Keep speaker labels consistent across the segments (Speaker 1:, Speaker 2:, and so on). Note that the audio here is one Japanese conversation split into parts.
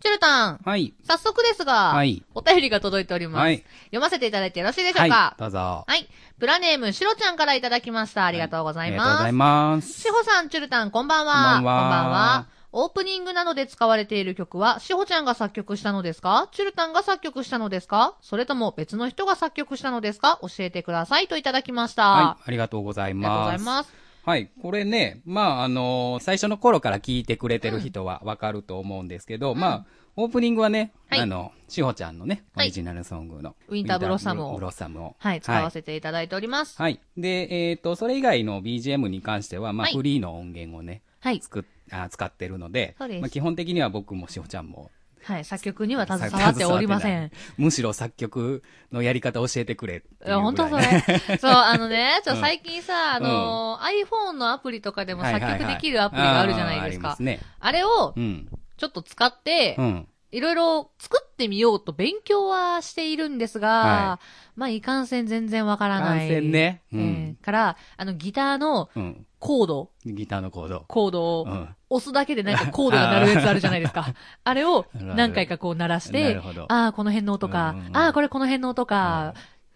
Speaker 1: チュルタン、
Speaker 2: はい。
Speaker 1: 早速ですが、
Speaker 2: はい
Speaker 1: お便りが届いております。
Speaker 2: はい
Speaker 1: 読ませていただいてよろしいでしょ
Speaker 2: は
Speaker 1: う
Speaker 2: い
Speaker 1: か。
Speaker 2: どうぞ。
Speaker 1: はい。プラネーム、シロちゃんからいただきました。ありがとうご
Speaker 2: あ
Speaker 1: ざい
Speaker 2: りがとう
Speaker 1: ま
Speaker 2: ご
Speaker 1: す。
Speaker 2: ざいます。
Speaker 1: しほさん、ちゅるたん、こんばんは。
Speaker 2: こんばんは
Speaker 1: オープニングなどで使われている曲は、しほちゃんが作曲したのですかちゅるたんが作曲したのですかそれとも別の人が作曲したのですか教えてくださいといただきました。
Speaker 2: は
Speaker 1: あ
Speaker 2: い、ありがとうござい
Speaker 1: りがとうご
Speaker 2: ま
Speaker 1: ざ
Speaker 2: す。
Speaker 1: います。
Speaker 2: はい、これね、まあ、あのー最初の頃から聞いてくれてる人はわかると思うんですけど、まあ、オープニングはね、
Speaker 1: はい
Speaker 2: あの、しほちゃんのね、オ
Speaker 1: はい
Speaker 2: リジナルソングの、
Speaker 1: ウィンターブロッサムを
Speaker 2: ウィンターブロッサムを。
Speaker 1: はい、使わせていただいております。
Speaker 2: はい。で、えっ、と、それ以外の BGM に関しては、まあ、
Speaker 1: はい
Speaker 2: フリーの音源をね、
Speaker 1: はい。
Speaker 2: 作っあ使ってるので、
Speaker 1: そうです
Speaker 2: まあ、基本的には僕もしほちゃんも。
Speaker 1: はい、作曲には携わっており ません。い。
Speaker 2: むしろ作曲のやり方教えてくれっていうぐら
Speaker 1: や、
Speaker 2: い
Speaker 1: 本当そ れ。そう、あのね、ちょ、
Speaker 2: うん
Speaker 1: 最近さ、あのー iPhone のアプリとかでも作曲できるアプリがあるじゃないですか
Speaker 2: は。いはいはいあーありますね。
Speaker 1: あれを
Speaker 2: う、ん。
Speaker 1: ちょっと使って
Speaker 2: う、ん。
Speaker 1: いろいろ作ってみようと勉強はしているんですが、
Speaker 2: は
Speaker 1: まあ、いかんせん全然わからない。
Speaker 2: 感染ね。う
Speaker 1: え
Speaker 2: ん。
Speaker 1: ーから、あの、ギターの
Speaker 2: うん。
Speaker 1: コード、
Speaker 2: ギターのコード。
Speaker 1: コードを
Speaker 2: うん
Speaker 1: 押すだけでなんかコードが鳴るやつあるじゃないです か。あれを
Speaker 2: あるある
Speaker 1: 何回かこう鳴らし
Speaker 2: な
Speaker 1: て
Speaker 2: るほ、ど
Speaker 1: ああ、この辺の音か
Speaker 2: うんうんう、ん
Speaker 1: ああ、これこの辺の音か、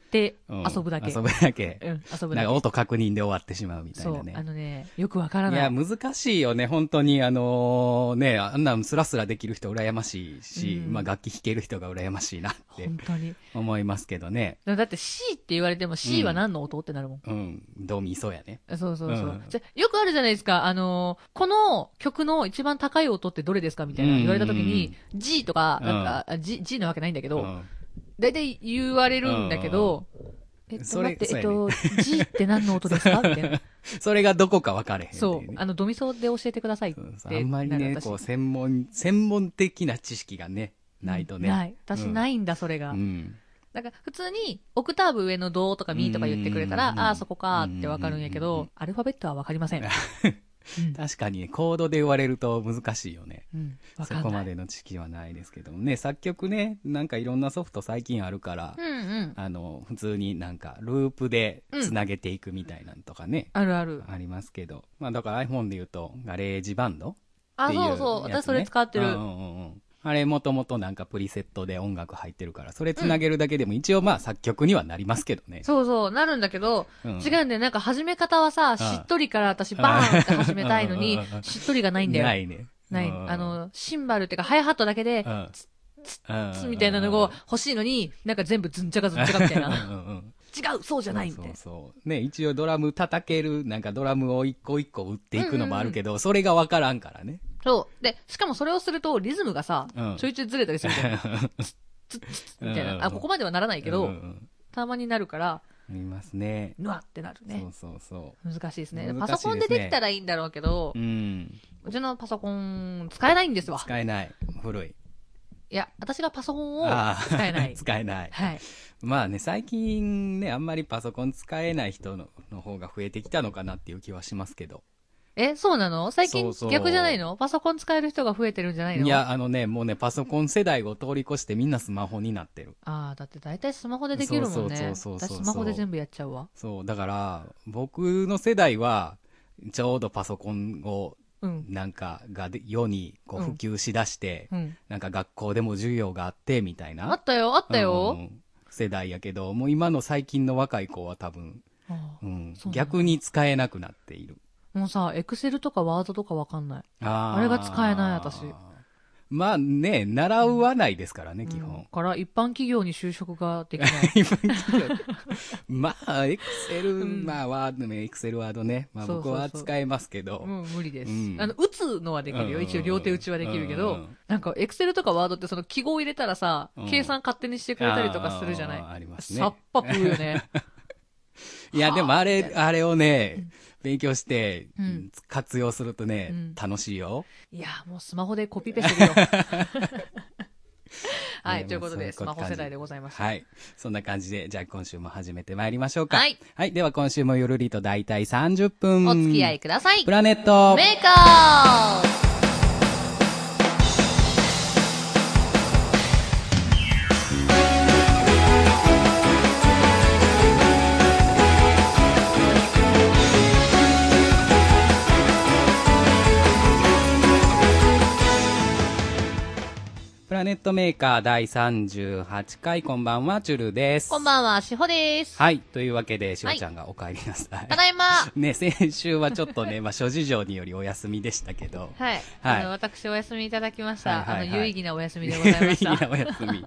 Speaker 1: って
Speaker 2: うん
Speaker 1: 遊ぶだけ。
Speaker 2: 遊ぶだけ。
Speaker 1: うん、遊ぶだ
Speaker 2: な
Speaker 1: け
Speaker 2: んか。音確認で終わってしまうみたい
Speaker 1: そ
Speaker 2: な
Speaker 1: う、あ
Speaker 2: ね。
Speaker 1: のね、よくわから
Speaker 2: い
Speaker 1: ない。
Speaker 2: や、難しいよね。本当に、あのーね、あんなんスラスラできる人羨ましいし、
Speaker 1: うん
Speaker 2: まあ楽器弾ける人が羨ましいなって
Speaker 1: 本当に。
Speaker 2: 思いますけどね。
Speaker 1: だって C って言われても C は何の音ってなるもん。
Speaker 2: うん。ドミソやね。
Speaker 1: そうそうそう。
Speaker 2: うん
Speaker 1: じゃよくあるじゃないですか。あのーこの曲の一番高い音ってどれですかみたいな
Speaker 2: うん
Speaker 1: 言われた時に、G とか、なんか、あ G、G なわけないんだけ
Speaker 2: う
Speaker 1: ど、
Speaker 2: ん
Speaker 1: 大体言われるんだけど、えっと、
Speaker 2: それ
Speaker 1: 待って、えっ
Speaker 2: そ
Speaker 1: と、G って何の音ですかみた いな。
Speaker 2: それがどこか分かれへんってい
Speaker 1: そう
Speaker 2: ね。
Speaker 1: う。あの、ドミソで教えてくださいって
Speaker 2: そうそう
Speaker 1: な
Speaker 2: あ
Speaker 1: る。
Speaker 2: んまりね、こう、
Speaker 1: 私
Speaker 2: 専門、専門的な知識がね、ないとね。。
Speaker 1: ない。私ないいんだ、それが
Speaker 2: う。ん。
Speaker 1: だから、普通に、オクターブ上のドとかミとか言ってくれたら
Speaker 2: う、ん
Speaker 1: ああ、そこかーってわかるんやけ
Speaker 2: うんうんう
Speaker 1: ど
Speaker 2: ん、
Speaker 1: アルファベットはわかり ません。うん
Speaker 2: 確かに、コードで言われると難しいよね。
Speaker 1: うん。わ
Speaker 2: そ
Speaker 1: かんない。
Speaker 2: こまでの知識はないですけどもね、作曲ね、なんかいろんなソフト最近あるから、
Speaker 1: うんうん。
Speaker 2: あの、普通になんかループでつなげていくみたいなんとかね、
Speaker 1: あるある。
Speaker 2: ありますけど、まあだから iPhone で言うと、ガレージバンドっ
Speaker 1: あ、
Speaker 2: ていう
Speaker 1: そうそう。
Speaker 2: やつね
Speaker 1: 私それ使って
Speaker 2: うんう
Speaker 1: る。
Speaker 2: んうんあれもともとなんかプリセットで音楽入ってるから、それつなげるだけでも一応まあ作曲にはなりますけどね。
Speaker 1: そうそう、なるんだけど、
Speaker 2: うん
Speaker 1: 違うんだよ。なんか始め方はさ、しっとりから私バーンって始めたいのに
Speaker 2: うんうんうんう、ん
Speaker 1: しっとりがないんだよ。
Speaker 2: ないね。
Speaker 1: ない。
Speaker 2: うん
Speaker 1: あ、の、シンバルっていうか、ハイハットだけで、
Speaker 2: つ、つ
Speaker 1: みたいなのが欲しいのに、なんか全部ズンチャカズンチャカみたいな。
Speaker 2: な。
Speaker 1: 違うそうじゃないみたい
Speaker 2: そう
Speaker 1: な。
Speaker 2: そうそうね、一応ドラム叩ける、なんかドラムを一個一個打っていくのもあるけど、それがわからんから ね。
Speaker 1: そう。で、しかもそれをすると、リズムがさ
Speaker 2: うん、
Speaker 1: ちょいちょいずれたりするじゃん。 みたいな。あ、ここまではならないけ
Speaker 2: うんう
Speaker 1: ど、
Speaker 2: ん
Speaker 1: たまになるから、
Speaker 2: ありますね。
Speaker 1: ぬわってなるね
Speaker 2: そ。うそうそ
Speaker 1: 難しいですね
Speaker 2: 難しいです。ね
Speaker 1: パソコンでできたらいいんだろうけど
Speaker 2: う。う、ん。
Speaker 1: うちのパソコン、使えないんですわ。
Speaker 2: 使えない。古い。
Speaker 1: いや、私がパソコンを
Speaker 2: ああ
Speaker 1: 使えない。
Speaker 2: 使えない。
Speaker 1: はい。
Speaker 2: まあね、最近ね、あんまりパソコン使えない人のの方が増えてきたのかなっていう気はしますけど。
Speaker 1: え、そうなの最近
Speaker 2: そうそう
Speaker 1: 逆じゃないのパソコン使える人が増えてるんじゃないの
Speaker 2: い、や、あのね、もうね、パソコン世代を通り越してみんなスマホになってる。
Speaker 1: ああ、だって大体スマホでできるもんね。
Speaker 2: そうそうそうそうそう
Speaker 1: 私スマホで全部やっちゃうわ。
Speaker 2: そう、だから、僕の世代は、ちょうどパソコンを、
Speaker 1: うん。
Speaker 2: なんか、がで世にこう
Speaker 1: うん
Speaker 2: 普及しだして、
Speaker 1: うん。
Speaker 2: なんか学校でも授業があって、みたいな。
Speaker 1: あったよ、あった
Speaker 2: うんう
Speaker 1: よ。
Speaker 2: ん世代やけど、もう今の最近の若い子は多分、
Speaker 1: ああ
Speaker 2: うん
Speaker 1: そうなんだ
Speaker 2: 逆に使えなくなっている。
Speaker 1: もうさ、エクセルとかワードとかわかんない。
Speaker 2: あ
Speaker 1: あれが使えない私。
Speaker 2: まあね、習わないですからね、
Speaker 1: うん
Speaker 2: 基本。
Speaker 1: から一般企業に就職ができない。
Speaker 2: 今聞いたまあ、エクセル、
Speaker 1: ん
Speaker 2: まあ、ワードね、エクセルワードね。まあ、
Speaker 1: そうそうそう
Speaker 2: 僕は使えますけど。
Speaker 1: うん、無理です。
Speaker 2: うん
Speaker 1: あの、打つのはできる
Speaker 2: うんうん
Speaker 1: よ。
Speaker 2: うん
Speaker 1: 一応両手打ちはできるけど、
Speaker 2: うんうん
Speaker 1: なんか、エクセルとかワードってその記号入れたらさ、
Speaker 2: うん
Speaker 1: 計算勝手にしてくれたりとかするじゃない。
Speaker 2: あーありますね
Speaker 1: さっぱ食うよ ね。
Speaker 2: いや、でもあれ、あれを
Speaker 1: う
Speaker 2: ね
Speaker 1: ん、
Speaker 2: 勉強して
Speaker 1: うん、
Speaker 2: 活用するとね
Speaker 1: うん、
Speaker 2: 楽しいよ。
Speaker 1: いや、もうスマホでコピペするよ。 はい
Speaker 2: や
Speaker 1: い、ということで、ス
Speaker 2: そうい
Speaker 1: マ
Speaker 2: う
Speaker 1: ホ
Speaker 2: 感じ
Speaker 1: 世代でございました。
Speaker 2: はい。そんな感じで、じゃあ今週も始めてまいりましょうか。
Speaker 1: はい。
Speaker 2: では今週もゆるりと大体30分。
Speaker 1: お付き合い。ください。
Speaker 2: プラネット。
Speaker 1: メーカー
Speaker 2: プラネットメーカー第38回、こんばんは、チュルです。
Speaker 1: こんばんは、しほです。
Speaker 2: はい。というわけで、しほちゃんがお帰りなさい。
Speaker 1: ただいま。
Speaker 2: ね、先週はちょっとね、まあ、 諸事情によりお休みでしたけど。
Speaker 1: はい。
Speaker 2: はい
Speaker 1: あの、私お休みいただきまし
Speaker 2: はい
Speaker 1: た。
Speaker 2: はいはい
Speaker 1: あの、有意義なお休みでございまし
Speaker 2: いや
Speaker 1: た。
Speaker 2: お休み。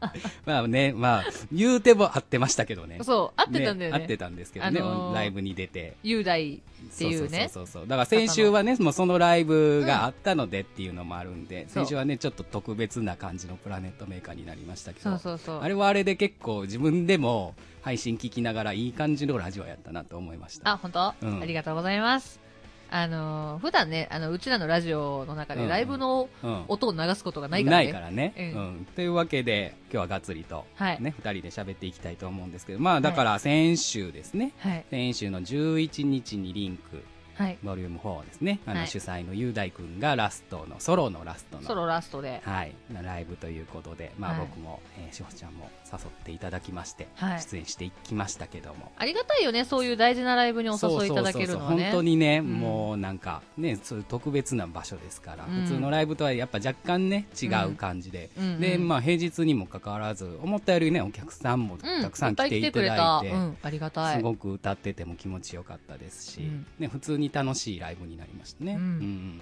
Speaker 2: まあね、まあ、言うても合ってましたけどね。
Speaker 1: そう、合ってたんだよね。
Speaker 2: 合ってたんですけどね、
Speaker 1: あのー
Speaker 2: ライブに出て。
Speaker 1: 雄大っていうね。
Speaker 2: そうそうそうそう。だから先週はね、もうそのライブがあったのでっていうのもあるんで、
Speaker 1: そう
Speaker 2: 先週はね、ちょっと特別な感じのプラネットメーカーになりましたけ
Speaker 1: そ
Speaker 2: ど、
Speaker 1: うそうそう
Speaker 2: あれはあれで結構自分でも配信聞きながらいい感じのラジオやったなと思いました。
Speaker 1: あ、本当、
Speaker 2: うん
Speaker 1: ありがとうございます。あのー普段ね、あの、うちらのラジオの中
Speaker 2: うんう
Speaker 1: で
Speaker 2: ん
Speaker 1: ライブの
Speaker 2: うん
Speaker 1: 音を流すことがないから
Speaker 2: な
Speaker 1: ね。
Speaker 2: いからね。
Speaker 1: う
Speaker 2: うんん。というわけで、今日はがっつりと、
Speaker 1: はい
Speaker 2: ね、二人で喋っていきたいと思うんですけど、まあだから先週ですね、
Speaker 1: はい。
Speaker 2: 先週の11日にリンク、
Speaker 1: はい。
Speaker 2: ボリューム4ですね、あ
Speaker 1: は
Speaker 2: の
Speaker 1: い
Speaker 2: 主催の雄大君がラストの、ソロのラストの、
Speaker 1: ソロラストで。
Speaker 2: はい、ライブということで、まあ、
Speaker 1: はい
Speaker 2: 僕も、えー、しほちゃんも誘っていただきまして、
Speaker 1: はい
Speaker 2: 出演していきましたけども。
Speaker 1: ありがたいよね、そういう大事なライブにお
Speaker 2: そう
Speaker 1: 誘いいただけるのは
Speaker 2: そうそうそう
Speaker 1: ね。
Speaker 2: 本当にね、
Speaker 1: ん
Speaker 2: もうなんかねそういう特別な場所ですから、
Speaker 1: うん
Speaker 2: 普通のライブとはやっぱ若干ね違う感じで、
Speaker 1: うんうんうん
Speaker 2: でまあ平日にもかかわらず思ったよりねお客さんも
Speaker 1: うん、
Speaker 2: たくさん
Speaker 1: いっぱ
Speaker 2: 来
Speaker 1: い
Speaker 2: て
Speaker 1: 来て
Speaker 2: いた
Speaker 1: くれ
Speaker 2: だ
Speaker 1: た。
Speaker 2: いて、
Speaker 1: うん、ありがたい。
Speaker 2: すごく歌ってても気持ちよかったですし、
Speaker 1: うん
Speaker 2: ね、普通に楽しいライブになりましたね、
Speaker 1: うん
Speaker 2: うん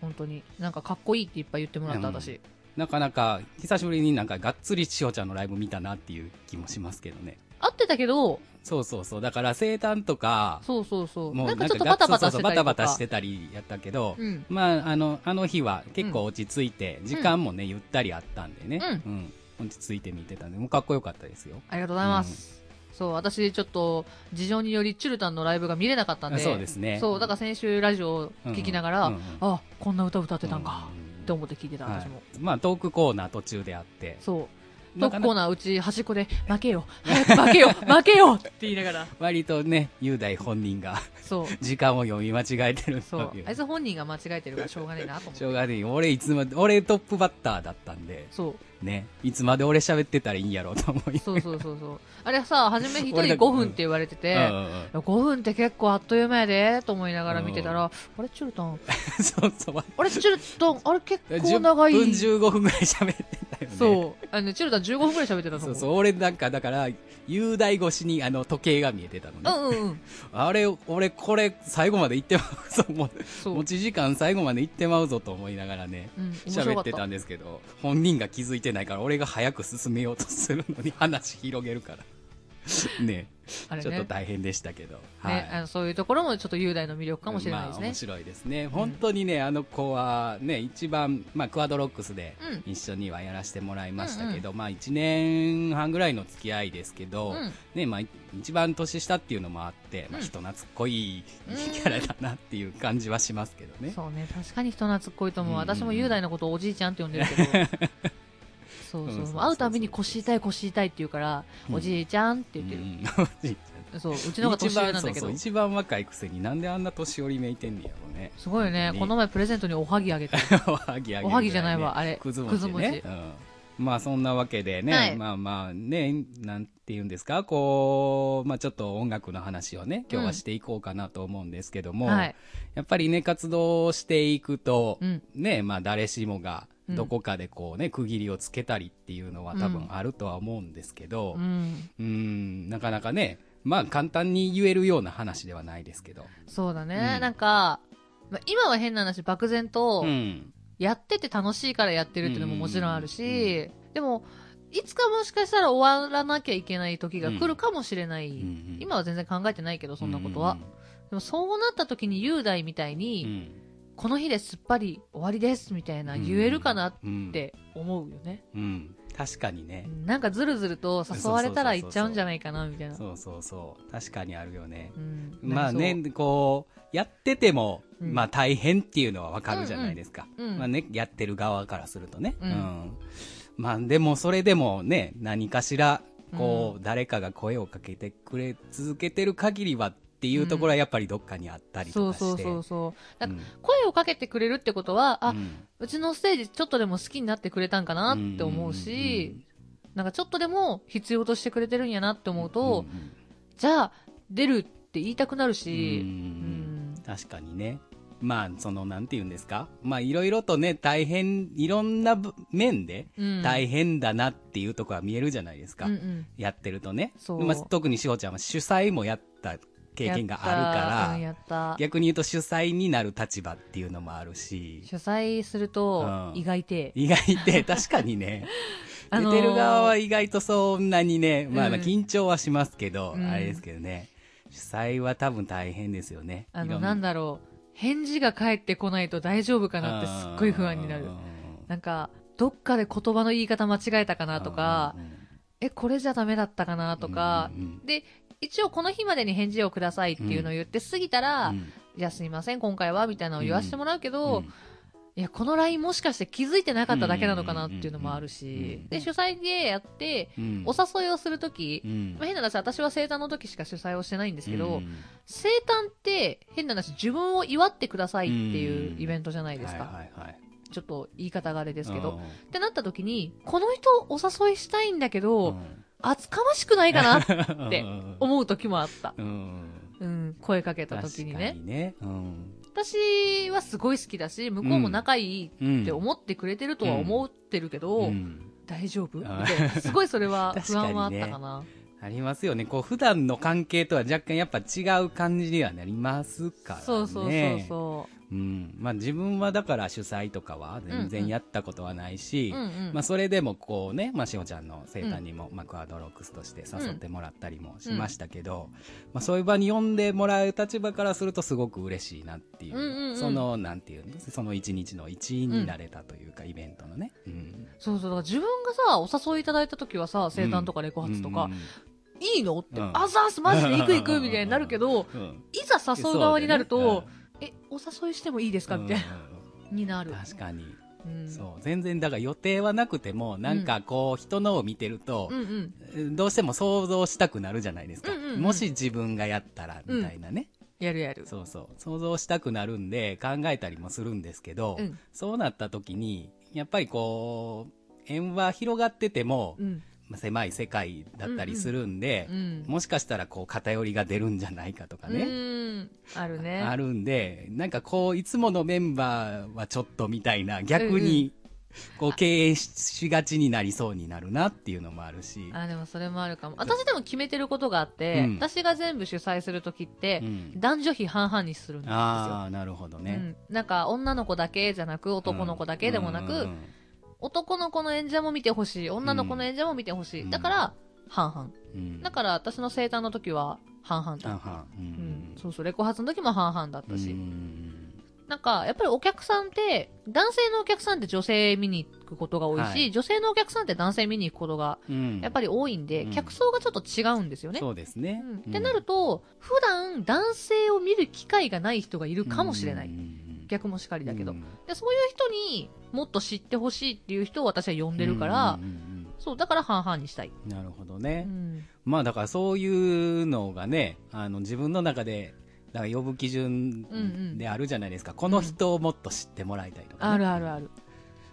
Speaker 1: 本当に。なんかかっこいいっていっぱい言ってもらった、
Speaker 2: うん
Speaker 1: 私。
Speaker 2: なかなか久しぶりになんかがっつりしおちゃんのライブ見たなっていう気もしますけどね
Speaker 1: 合ってたけど、
Speaker 2: そうそうそうだから生誕とか
Speaker 1: そうそうそう。
Speaker 2: も
Speaker 1: な
Speaker 2: うん
Speaker 1: かちょっと
Speaker 2: が
Speaker 1: バタバタし
Speaker 2: そうそう
Speaker 1: てた
Speaker 2: バ
Speaker 1: りとか。
Speaker 2: タバタしてたりやったけど、
Speaker 1: うん。
Speaker 2: まああのあの日は結構落ち着いて、時間もねゆったりあったんでね、
Speaker 1: う
Speaker 2: うん落ち着いて見てたんでもうかっこよかったですよ
Speaker 1: ありがとうございます。そう、私ちょっと、事情によりチュルタンのライブが見れなかったんで。
Speaker 2: そうですね
Speaker 1: そう、だから先週ラジオを聞きながら、
Speaker 2: うんうんうん
Speaker 1: あ、こんな歌歌ってたんか、
Speaker 2: うん
Speaker 1: って思って聞いてた、私も。
Speaker 2: はいまあトークコーナー途中であって
Speaker 1: そう。
Speaker 2: な
Speaker 1: 特
Speaker 2: かなか
Speaker 1: コーナーうち端っこで、負け よ早く負けよ負けよって言いながら。
Speaker 2: 割とね雄大本人が
Speaker 1: そう。
Speaker 2: 時間を読み間違えてる
Speaker 1: そう
Speaker 2: とい。
Speaker 1: あいうつ本人が間違えてるからしょうがねえなと思っ。
Speaker 2: してょうがねえ俺いつまで俺トップバッターだったんで
Speaker 1: そう。
Speaker 2: ねいつまで俺喋ってたらいいんやろうと思い
Speaker 1: そうそうそうそう。あれさ、初め一人
Speaker 2: 俺だ
Speaker 1: 5分って言われてて、
Speaker 2: うんうんうん
Speaker 1: いや5分って結構あっという間やで、と思いながら見てたら、あれ、チュルタン、
Speaker 2: そうそう。
Speaker 1: あれ、チュルタン、あれ結構
Speaker 2: 10
Speaker 1: 長い。
Speaker 2: 分15分ぐらい喋ってたよね。
Speaker 1: そう。あの、チルタン15分くらい喋ってたと
Speaker 2: そ
Speaker 1: 思
Speaker 2: う
Speaker 1: う。
Speaker 2: そう俺なんかだから、雄大越しにあの時計が見えてたの
Speaker 1: う
Speaker 2: ね。
Speaker 1: んうんうん。
Speaker 2: あれ、俺これ最後まで行ってまうぞ。もう
Speaker 1: そう
Speaker 2: 持。ち時間最後まで行ってまうぞと思いながらね。
Speaker 1: うん、面白か
Speaker 2: 喋
Speaker 1: っ
Speaker 2: ってた
Speaker 1: た。
Speaker 2: んですけど、本人が気づいてないから、俺が早く進めようとするのに話広げ るから。ね
Speaker 1: あれ
Speaker 2: ちょっと
Speaker 1: ね。
Speaker 2: 大変でしたけど。
Speaker 1: ね、あのそういうところもちょっと雄大の魅力かもしれない
Speaker 2: まあ、面
Speaker 1: ですね。
Speaker 2: 白いですね。本当にね、あの子はね、一番、まあ、クアドロックスで
Speaker 1: うん
Speaker 2: 一緒にはやらせてもらいましたけど、まあ、1年半ぐらいの付き合いですけど、
Speaker 1: うん
Speaker 2: ね、まあ、い一番年下っていうのもあって、まあ、
Speaker 1: うん
Speaker 2: 人懐っこい
Speaker 1: うん
Speaker 2: キャラだなっていう感じはしますけどね。
Speaker 1: そうね、確かに人懐っこいと思う。
Speaker 2: うんうんうん
Speaker 1: 私も雄大のことをおじいちゃんって呼んでるけ ど。そう
Speaker 2: うん
Speaker 1: そ
Speaker 2: そう
Speaker 1: う。
Speaker 2: そう
Speaker 1: もう会うたびに腰痛い腰痛いって言うから、
Speaker 2: うん
Speaker 1: おじいちゃんって
Speaker 2: う
Speaker 1: 言ってる。
Speaker 2: んおじいち
Speaker 1: そう、うち
Speaker 2: ゃ
Speaker 1: の
Speaker 2: ん
Speaker 1: が年上
Speaker 2: 一
Speaker 1: な
Speaker 2: 番
Speaker 1: ん
Speaker 2: そ
Speaker 1: だ
Speaker 2: う
Speaker 1: け
Speaker 2: そ
Speaker 1: ど
Speaker 2: う。 一番若いくせになんであんな年寄りめいてんねやろうね。
Speaker 1: すごいよね。この前プレゼントにおはぎあげた。
Speaker 2: おはぎあげるぐらね
Speaker 1: おはぎじゃないわあれ
Speaker 2: くず餅
Speaker 1: くず餅
Speaker 2: ね。うんまあそんなわけでね、
Speaker 1: はい
Speaker 2: まあまあね、なんて言うんですか、こう、まあちょっと音楽の話をね、今日はしていこうかなと思うんですけども、
Speaker 1: はい。
Speaker 2: やっぱりね、活動していくと、
Speaker 1: うん
Speaker 2: ね、まあ誰しもが、
Speaker 1: うん
Speaker 2: どこかでこうね、区切りをつけたりっていうのは多
Speaker 1: う
Speaker 2: 分
Speaker 1: ん
Speaker 2: あるとは思うんですけど、
Speaker 1: うん。
Speaker 2: うん、なかなかね、まあ簡単に言えるような話ではないですけど。
Speaker 1: そうだね。
Speaker 2: うん
Speaker 1: なんか、まあ今は変な話、漠然と、
Speaker 2: うん。
Speaker 1: やってて楽しいからやってるっていうのももちろんある
Speaker 2: うんうん
Speaker 1: し、でも、いつかもしかしたら終わらなきゃいけない時が来るかもしれない。
Speaker 2: うん
Speaker 1: 今は全然考えてないけど、そんなことは。でもそうなった時に雄大みたい
Speaker 2: うん。う
Speaker 1: に、
Speaker 2: ん
Speaker 1: この日ですっぱり終わりですみたいな言えるかなっ
Speaker 2: うん
Speaker 1: て思うよね。
Speaker 2: うん、確かにね。
Speaker 1: なんかずるずると誘われたら行っちゃうんじゃないかなみたいな。
Speaker 2: そうそうそう。確かにあるよね。
Speaker 1: うん
Speaker 2: まあ。ね、こう、やってても、
Speaker 1: うん
Speaker 2: まあ大変っていうのはわかるじゃないですか。
Speaker 1: うんうんうん
Speaker 2: まあね、やってる側からするとね。
Speaker 1: うん
Speaker 2: まあでもそれでもね、何かしら、こう、誰かが声をかけてくれ続けてる限りはっていうところはやっぱりどっかにあったり
Speaker 1: そ
Speaker 2: と
Speaker 1: う
Speaker 2: かして。
Speaker 1: そうそうそう。なんか
Speaker 2: うん
Speaker 1: 声をかけてくれるってことは、あ、
Speaker 2: うん
Speaker 1: うちのステージちょっとでも好きになってくれたんかなって思うし、なんかちょっとでも必要としてくれてるんやなって思う
Speaker 2: うんうんうん
Speaker 1: と、じゃあ出るって言いたくなるし、
Speaker 2: うんうん
Speaker 1: う
Speaker 2: うん
Speaker 1: ん
Speaker 2: 確かにね。まあ、その、なんて言うんですか。まあ、いろいろとね、大変、いろんなぶ面で
Speaker 1: うん、
Speaker 2: 大変だなっていうところは見えるじゃないですか。
Speaker 1: うんうん
Speaker 2: やってるとね。
Speaker 1: そう
Speaker 2: まあ、特にしほちゃんは主催もやった経験がある
Speaker 1: や
Speaker 2: か
Speaker 1: ったうんや
Speaker 2: ら、
Speaker 1: った
Speaker 2: 逆に言うと主催になる立場っていうのもある し、
Speaker 1: 主催すると
Speaker 2: うん
Speaker 1: 意外て、
Speaker 2: 意外って確かにね、
Speaker 1: あのー
Speaker 2: 出てる側は意外とそんなにね、まあまあ
Speaker 1: うん
Speaker 2: 緊張はしますけど、
Speaker 1: うん
Speaker 2: あれですけどね、主催は多分大変ですよね。
Speaker 1: あ
Speaker 2: いろ
Speaker 1: の
Speaker 2: んな
Speaker 1: なんだろう返事が返ってこないと大丈夫かなってすっごい不安になる
Speaker 2: うん
Speaker 1: なんかどっかで言葉の言い方間違えたかなとか、えこれじゃダメだったかなとか、
Speaker 2: うんうん
Speaker 1: で一応この日までに返事をくださいっていうのを言って過ぎたら、
Speaker 2: うん
Speaker 1: じゃあすいません今回はみたいなのを言わせてもらうけど、
Speaker 2: うん
Speaker 1: いやこの LINE もしかして気づいてなかっただけなのかなっていうのもある
Speaker 2: うんうんうんう
Speaker 1: し
Speaker 2: ん
Speaker 1: で主催でやって
Speaker 2: うん
Speaker 1: お誘いをするとき、
Speaker 2: うん
Speaker 1: まあ変な話私は生誕の時しか主催をしてないんですけど、
Speaker 2: うん
Speaker 1: 生誕って変な話自分を祝ってくださいっていうイベントじゃないですか、
Speaker 2: はいはいはい
Speaker 1: ちょっと言い方があれですけ
Speaker 2: う
Speaker 1: ど
Speaker 2: ん
Speaker 1: ってなった時にこの人お誘いしたいんだけど、
Speaker 2: うん
Speaker 1: 厚かましくないかなってて
Speaker 2: うん
Speaker 1: 思う時もあった、
Speaker 2: うん
Speaker 1: うん、声かけた
Speaker 2: 確か
Speaker 1: 時
Speaker 2: に
Speaker 1: にね
Speaker 2: ねうん
Speaker 1: 私はすごい好きだし向こうも仲いいって思ってくれてるとは思ってるけど、
Speaker 2: うん
Speaker 1: 大丈夫み
Speaker 2: あ
Speaker 1: たいなすごいそれは
Speaker 2: 確
Speaker 1: 不
Speaker 2: か
Speaker 1: 安
Speaker 2: にね
Speaker 1: はあったかな
Speaker 2: ありますよね。こう、普段の関係とは若干やっぱ違う感じにはなりますからね。
Speaker 1: そうそうそうそ
Speaker 2: うん。まあ自分はだから主催とかは全
Speaker 1: うんう
Speaker 2: 然
Speaker 1: ん、
Speaker 2: やったことはないうし、
Speaker 1: うんうん
Speaker 2: まあそれでもこうね、まあしほちゃんの生誕にも、まあクアドロックスとして誘ってもらったりもしましたけど、まあそういう場に呼んでもらう立場からするとすごく嬉しいなっていう、
Speaker 1: うんうんうん
Speaker 2: その、なんていうの、その一日の一員になれたというか、イベントのね。うん。
Speaker 1: そうそうだから自分がさお誘いいただいた時はさ生誕とかレコ発とか、
Speaker 2: うんうん
Speaker 1: いいのって、
Speaker 2: うん
Speaker 1: あざーすマジで行く行くみたいになるけ ど
Speaker 2: うんうん
Speaker 1: いざ誘う側になると、
Speaker 2: そうだよね
Speaker 1: えお誘いしてもいいですかみたいな、
Speaker 2: うん
Speaker 1: になる、
Speaker 2: 確かに。
Speaker 1: うん、
Speaker 2: そう全然だから予定はなくてもなんかこう人のを見てると
Speaker 1: う、んうん
Speaker 2: どうしても想像したくなるじゃないですか、
Speaker 1: うんうんうん
Speaker 2: もし自分がやったらみたいなね、
Speaker 1: やるやる
Speaker 2: そうそう想像したくなるんで考えたりもするんですけど、
Speaker 1: うん
Speaker 2: そうなった時にやっぱりこう縁は広がってても、
Speaker 1: うん
Speaker 2: まあ狭い世界だったりするんで、
Speaker 1: うん
Speaker 2: もしかしたらこう偏りが出るんじゃないかとかね、
Speaker 1: うんあるね
Speaker 2: あるんで、なんかこう、いつものメンバーはちょっとみたいな、逆に、こう、経営ししがちになりそうになるなっていうのもあるし。
Speaker 1: あでもそれもあるかも私でも決めてることがあって、
Speaker 2: うん
Speaker 1: 私が全部主催するときって、
Speaker 2: うん
Speaker 1: 男女比半々にするんですよ、
Speaker 2: ああ、なるほどね。
Speaker 1: うん、なんか女の子だけじゃなく男の子だけでもなく、
Speaker 2: うんうんうん
Speaker 1: 男の子の演者も見てほしい女の子の演者も見てほしい、
Speaker 2: うん
Speaker 1: だから半々
Speaker 2: うん
Speaker 1: だから私の生誕の時は半々だ
Speaker 2: 半
Speaker 1: った、
Speaker 2: 々う
Speaker 1: うん
Speaker 2: ん
Speaker 1: そうそうレコ発の時も半々だっ
Speaker 2: う
Speaker 1: たし、
Speaker 2: ん
Speaker 1: なんかやっぱりお客さんって男性のお客さんって女性見に行くことが多いし、
Speaker 2: はい
Speaker 1: 女性のお客さんって男性見に行くことが
Speaker 2: うん
Speaker 1: やっぱり多いんで、
Speaker 2: うん
Speaker 1: 客層がちょっと違うんですよね。
Speaker 2: そうですね。
Speaker 1: うんってなると、普段男性を見る機会がない人がいるかもしれない。
Speaker 2: うんうんうん
Speaker 1: 逆もしかりだけど、
Speaker 2: うん
Speaker 1: で。そういう人にもっと知ってほしいっていう人を私は呼んでるから、
Speaker 2: うんうん
Speaker 1: そう、だから半々にしたい。
Speaker 2: うんなるほど
Speaker 1: う
Speaker 2: ね。
Speaker 1: ん。
Speaker 2: まあだからそういうのがね、あの自分の中で、だから呼ぶ基
Speaker 1: うんうん
Speaker 2: 準であるじゃないですか。この人をもっと知ってもらいたいとか、ね
Speaker 1: あるあるある。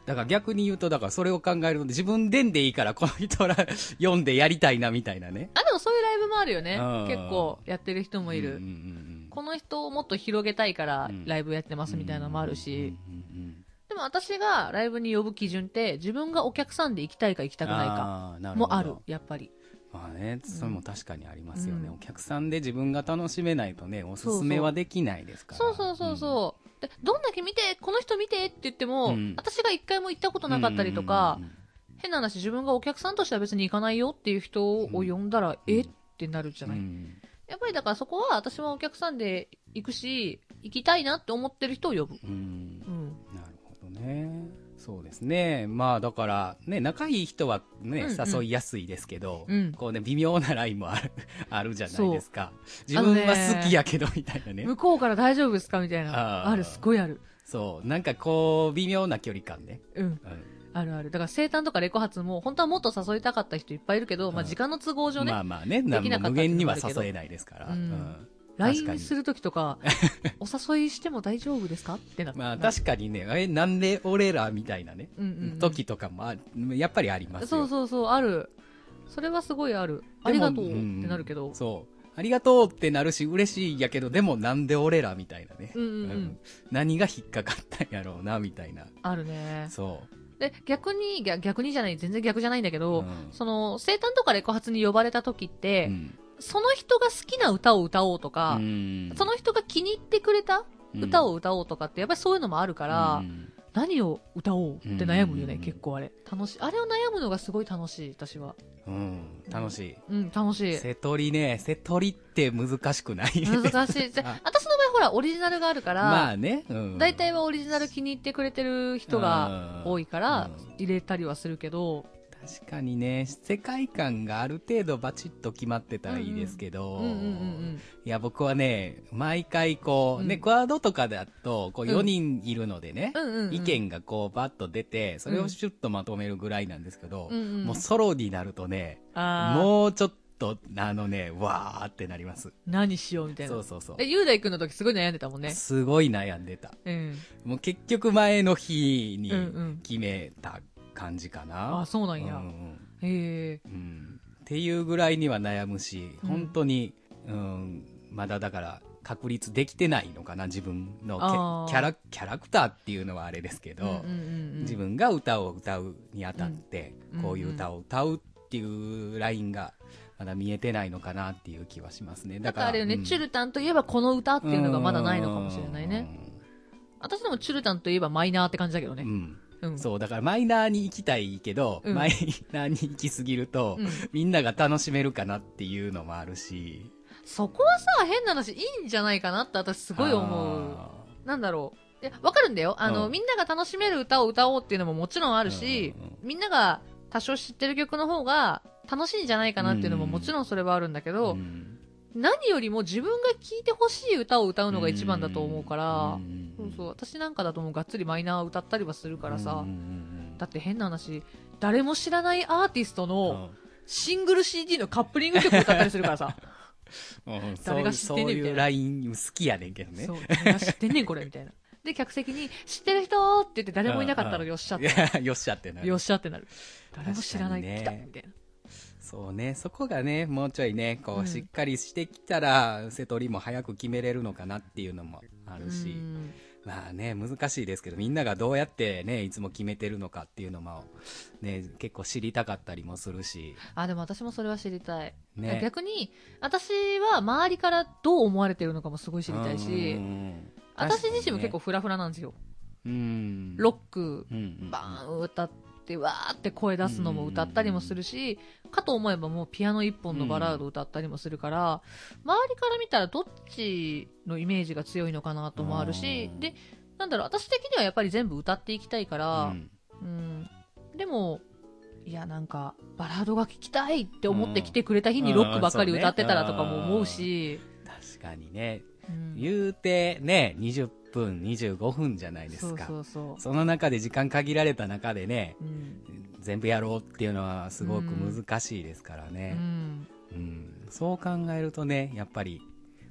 Speaker 2: だから逆に言うと、だからそれを考えると、自分でんでいいからこの人ら 読んでやりたいなみたいなね。
Speaker 1: あ、でもそういうライブもあるよね
Speaker 2: うん。
Speaker 1: 結構やってる人もいる。
Speaker 2: うんうんうん
Speaker 1: この人をもっと広げたいから
Speaker 2: うん
Speaker 1: ライブやってますみたいなのもあるし、。
Speaker 2: うんうんうん
Speaker 1: でも私がライブに呼ぶ基準って自分がお客さんで行きたいか行きたくないか
Speaker 2: あーなるほど
Speaker 1: もある、やっぱり。
Speaker 2: まあね、それも確かにありますよね、
Speaker 1: うん
Speaker 2: お客さんで自分が楽しめないとね、おすすめはできないですから。
Speaker 1: そうそうそうそう、でどんだけ見てこの人見てって言っても、
Speaker 2: うん
Speaker 1: 私が一回も行ったこと
Speaker 2: うん
Speaker 1: なかったりとか、
Speaker 2: うんうんうん
Speaker 1: 変な話自分がお客さんとしては別に行かないよっていう人を呼んだら、えってなるじゃない、
Speaker 2: うん
Speaker 1: やっぱりだからそこは私もお客さんで行くし行きたいなって思ってる人を呼ぶ、
Speaker 2: う
Speaker 1: う
Speaker 2: ん
Speaker 1: ん、
Speaker 2: なるほどね。そうですね。まあだから、ね、仲いい人はね、
Speaker 1: うんうん
Speaker 2: 誘いやすいですけど、
Speaker 1: うん
Speaker 2: こうね、微妙なラインもある、 あるじゃないですか。自
Speaker 1: あの
Speaker 2: 分
Speaker 1: ね
Speaker 2: は好きやけど、みたいなね。
Speaker 1: 向こうから大丈夫ですかみたいな
Speaker 2: あー
Speaker 1: あるすごいある
Speaker 2: そう。なんかこう、微妙な距離感ね。
Speaker 1: うん
Speaker 2: うん
Speaker 1: あるあるだから生誕とかレコ発も本当はもっと誘いたかった人いっぱいいるけど、まあ、
Speaker 2: うん
Speaker 1: 時間の都合上ね、
Speaker 2: まあまあね、
Speaker 1: できなかった
Speaker 2: もう無限に
Speaker 1: っ
Speaker 2: は
Speaker 1: ていうのもあるけど
Speaker 2: 誘えないですから。
Speaker 1: うん
Speaker 2: うん確か
Speaker 1: LINE
Speaker 2: に
Speaker 1: するときと かお誘いしても大丈夫ですかってな
Speaker 2: まあ
Speaker 1: か
Speaker 2: 確かにね、え、なんで俺らみたいなね、
Speaker 1: うんうんうん
Speaker 2: 時とかもあ、やっぱりありますよ。
Speaker 1: そうそうそうあるそれはすごいあるあ
Speaker 2: で
Speaker 1: り
Speaker 2: も
Speaker 1: がとうっ
Speaker 2: ん
Speaker 1: てなるけど、
Speaker 2: そうありがとうってなるし、嬉しいやけど、でもなんで俺らみたいなね。
Speaker 1: うんうんうん
Speaker 2: 何が引っかかったんやろうな、みたいな。
Speaker 1: あるね。
Speaker 2: そ
Speaker 1: で、逆に、逆逆にじゃない、全然逆じゃないんだけど、
Speaker 2: うん
Speaker 1: その、生誕とかレコ発に呼ばれた時っ
Speaker 2: う。
Speaker 1: て、
Speaker 2: うん
Speaker 1: その人が好きな歌を歌おうとか、
Speaker 2: うん
Speaker 1: その人が気に入ってくれた歌を歌おうとかって、やっぱりそういうのもあるから、
Speaker 2: うん
Speaker 1: 何を歌おうって悩むよね、
Speaker 2: うん
Speaker 1: 結構あれ。楽しい。あれを悩むのがすごい楽しい、私は。
Speaker 2: うん、楽し
Speaker 1: うん、楽し
Speaker 2: い。
Speaker 1: い。
Speaker 2: 瀬戸りね、瀬戸りって難しくない
Speaker 1: 難し い。じゃ
Speaker 2: あ
Speaker 1: 私の場合、ほら、オリジナルがあるから、
Speaker 2: まあね。うん
Speaker 1: 大体はオリジナル気に入ってくれてる人が多いから
Speaker 2: うん
Speaker 1: 入れたりはするけど、
Speaker 2: 確かにね、世界観がある程度バチッと決まってたらいいですけ
Speaker 1: う
Speaker 2: ど、
Speaker 1: んうんうん
Speaker 2: いや、僕はね、毎回こう、
Speaker 1: うん
Speaker 2: ね、クワードとかだと、こう
Speaker 1: うん
Speaker 2: 4人いるのでね、
Speaker 1: うん。うんうんうん、
Speaker 2: 意見がこうバッと出て、それをシュッとまとめるぐらいなんですけど、
Speaker 1: うんうん
Speaker 2: もうソロになるとね、
Speaker 1: あー
Speaker 2: もうちょっと、あのね、わーってなります。
Speaker 1: 何しようみたいな。
Speaker 2: そうそうそう。
Speaker 1: え、雄大君の時すごい悩んでたもんね。
Speaker 2: すごい悩んでた。
Speaker 1: うん。
Speaker 2: もう結局前の日に
Speaker 1: うんうん
Speaker 2: 決めた感じかな。
Speaker 1: あ、そうなんや。
Speaker 2: うんうん
Speaker 1: へえ。
Speaker 2: うんっていうぐらいには悩むし、
Speaker 1: うん
Speaker 2: 本当に、うん、まだだから、確立できてないのかな、自分のキ
Speaker 1: あ
Speaker 2: ャ
Speaker 1: ー
Speaker 2: キャラキャラクターっていうのはあれですけど、
Speaker 1: うんうんうんうん
Speaker 2: 自分が歌を歌うにあたって、
Speaker 1: うん
Speaker 2: こういう歌を歌うっていうラインが、まだ見えてないのかなっていう気はしますね。
Speaker 1: だ
Speaker 2: だ
Speaker 1: か
Speaker 2: から
Speaker 1: らあれよね、チュルタンといえばこの歌っていうのがまだないのかもしれないね。。私でもチュルタンといえばマイナーって感じだけど
Speaker 2: う
Speaker 1: ね
Speaker 2: ん。うん
Speaker 1: うん。
Speaker 2: そう、だからマイナーに行きたいけど、
Speaker 1: うん
Speaker 2: マイナーに行きすぎると、
Speaker 1: うん
Speaker 2: みんなが楽しめるかなっていうのもあるし、
Speaker 1: そこはさ、変な話、いいんじゃないかなって私すごい思
Speaker 2: あ
Speaker 1: う。なんだろう。いや、わかるんだよ。あの、
Speaker 2: うん
Speaker 1: みんなが楽しめる歌を歌おうっていうのももちろんあるし、
Speaker 2: うんうん
Speaker 1: みんなが多少知ってる曲の方が楽しいんじゃないかなっていうのももちろんそれはあるんだけ
Speaker 2: ー。
Speaker 1: ど、
Speaker 2: うん
Speaker 1: 何よりも自分が聴いてほしい歌を歌うのが一番だと思うから、
Speaker 2: ん
Speaker 1: そうそう、私なんかだともうがっつりマイナー歌ったりはするからさ
Speaker 2: うん、うん
Speaker 1: だって変な話、誰も知らないアーティスト
Speaker 2: うん
Speaker 1: のシングル CD のカップリング曲歌ったりするからさ、
Speaker 2: うんうん
Speaker 1: 誰が知ってんねんみたいな
Speaker 2: そういうライン好きやねんけ どね
Speaker 1: そう、誰が知ってんねんこれみたいな。で、客席に、知ってる人って言って誰もいなかったらよっしゃっ
Speaker 2: い
Speaker 1: て、
Speaker 2: やよっしゃってな
Speaker 1: よっしゃってなる。誰も知らない、
Speaker 2: 確かに
Speaker 1: 来
Speaker 2: ね
Speaker 1: たみたいな。
Speaker 2: そうねそこがねもうちょいねこ
Speaker 1: うん
Speaker 2: うしっかりしてきたら、瀬戸りも早く決めれるのかなっていうのもあるし、
Speaker 1: うん
Speaker 2: まあね難しいですけどみんながどうやってねいつも決めてるのかっていうのもね結構知りたかったりもするし
Speaker 1: あ、でも私もそれは知りたい。
Speaker 2: ね
Speaker 1: 逆に、私は周りからどう思われてるのかもすごい知りたいし、
Speaker 2: うんうんうん
Speaker 1: 私自身も結構
Speaker 2: 確か
Speaker 1: フラフラなんですよ。
Speaker 2: にねうん
Speaker 1: ロック、
Speaker 2: うんうんうん
Speaker 1: バーン歌って、わーって声出すのも歌ったりもするし、かと思えばもうピアノ一本のバラード歌ったりもするから、周りから見たらどっちのイメージが強いのかなともあるし
Speaker 2: う、ん
Speaker 1: で、なんだろう、私的にはやっぱり全部歌っていきたいから
Speaker 2: う、ん
Speaker 1: うん。でも、いや、なんか、バラードが聴きたいって思って来てくれた日にロックばっかり歌ってたらとかも思うし、
Speaker 2: 確かにね
Speaker 1: うん
Speaker 2: 言うてね20分25分じゃないですか
Speaker 1: そ
Speaker 2: そう
Speaker 1: そうそ
Speaker 2: の中で時間限られた中でね
Speaker 1: う。うん。
Speaker 2: 全部やろうっていうのはすごく難しいですから
Speaker 1: う
Speaker 2: ね、
Speaker 1: ん。
Speaker 2: うんそう考えるとねやっぱり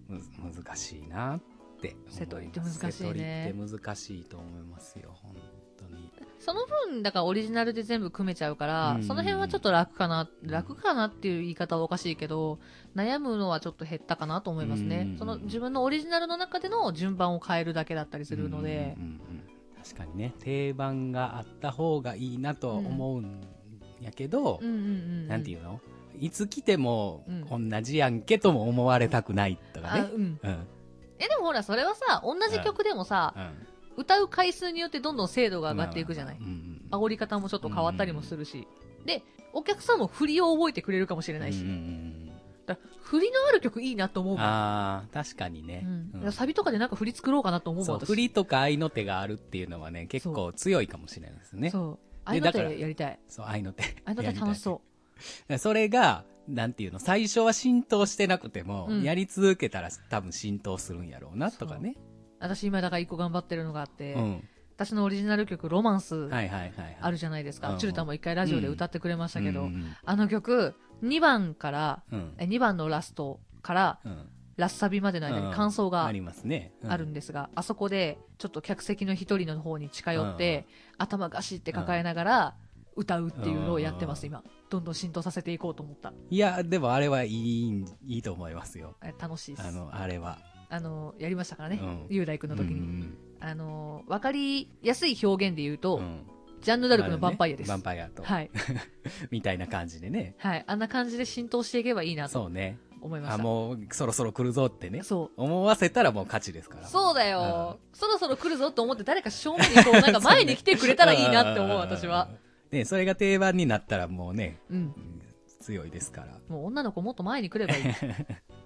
Speaker 2: む難しいなって思います
Speaker 1: 瀬戸りって難しいね
Speaker 2: 瀬戸りって難しいと思いますよ本当に
Speaker 1: その分、だからオリジナルで全部組めちゃうから、
Speaker 2: うん
Speaker 1: その辺はちょっと楽かな、楽かなっていう言い方はおかしいけど、悩むのはちょっと減ったかなと思いますね。
Speaker 2: うん
Speaker 1: その自分のオリジナルの中での順番を変えるだけだったりするので
Speaker 2: う、んうんうんうん確かにね定番があった方がいいなと思うんやけど、
Speaker 1: うんうんうん。
Speaker 2: なんて
Speaker 1: い
Speaker 2: いうのいつ来ても
Speaker 1: う
Speaker 2: 同じやんけとも思われたくないとか
Speaker 1: あ、
Speaker 2: ね。
Speaker 1: うん。
Speaker 2: うん。
Speaker 1: え、でもほら、それはさ、同じ曲でもさ、歌う回数によってどんどん精度が上がっていくじゃない
Speaker 2: うん。うんうん
Speaker 1: 煽り方もちょっと変わったりもするし。で、お客さんも振りを覚えてくれるかもしれないし。
Speaker 2: うんうんうん
Speaker 1: だから振りのある曲いいなと思うもん。
Speaker 2: ああ、確かに
Speaker 1: う
Speaker 2: ね。
Speaker 1: ん。だ
Speaker 2: うん
Speaker 1: からサビとかでなんか振り作ろうかなと思うも
Speaker 2: そ
Speaker 1: ん、
Speaker 2: う、
Speaker 1: 私
Speaker 2: 振りとか愛の手があるっていうのはね、結構強いかもしれないですね。
Speaker 1: そう。ああいうのっ
Speaker 2: だから
Speaker 1: てやりたい。
Speaker 2: そう、愛の手。
Speaker 1: ああいうのって楽しそう。
Speaker 2: う。それが、なんていうの、最初は浸透してなくても
Speaker 1: う、ん
Speaker 2: やり続けたら多分浸透するんやろうなとかね。
Speaker 1: 私今だから一個頑張ってるのがあって、
Speaker 2: うん。
Speaker 1: 私のオリジナル曲、ロマンス、
Speaker 2: はいはいはいはい。
Speaker 1: あるじゃないですか。
Speaker 2: うん
Speaker 1: チュルタも一回ラジオで歌ってくれましたけど、
Speaker 2: うんうん
Speaker 1: あの曲、2番から、
Speaker 2: うん。
Speaker 1: え2番のラストから、
Speaker 2: うん。
Speaker 1: ラスサビまでの間
Speaker 2: う
Speaker 1: に
Speaker 2: ん
Speaker 1: 感想が
Speaker 2: ありますね。うん
Speaker 1: あるんですが、あそこで、ちょっと客席の一人の方に近寄って、頭がしって抱えながら、歌うっていうのをやってます、今。どんどん浸透させていこうと思った。
Speaker 2: いや、でもあれはいいん、いいと思いますよ。
Speaker 1: え楽しいです。
Speaker 2: あ
Speaker 1: あの、
Speaker 2: の、あれは。
Speaker 1: やりましたからね
Speaker 2: うん、
Speaker 1: 雄大君の時
Speaker 2: う
Speaker 1: に。
Speaker 2: ん
Speaker 1: あの、わかりやすい表現で言うと、
Speaker 2: うん
Speaker 1: ジャンヌ・ダルクのヴァンパイアです。
Speaker 2: なるねヴァンパイアと。
Speaker 1: はい。
Speaker 2: みたいな感じでね。
Speaker 1: はい。あんな感じで浸透していけばいいなと
Speaker 2: そうね。
Speaker 1: 思いまし
Speaker 2: あ、
Speaker 1: た。
Speaker 2: もう、そろそろ来るぞってね。
Speaker 1: そう。
Speaker 2: 思わせたらもう勝ちですから。
Speaker 1: そうだよ。そろそろ来るぞと思って誰か正面にこう、なんか前に来てくれたらいいな って思う、私は。。
Speaker 2: ね、それが定番になったらもうね、
Speaker 1: うん。
Speaker 2: うん強いですから。
Speaker 1: もう女の子もっと前に来れ ばいい。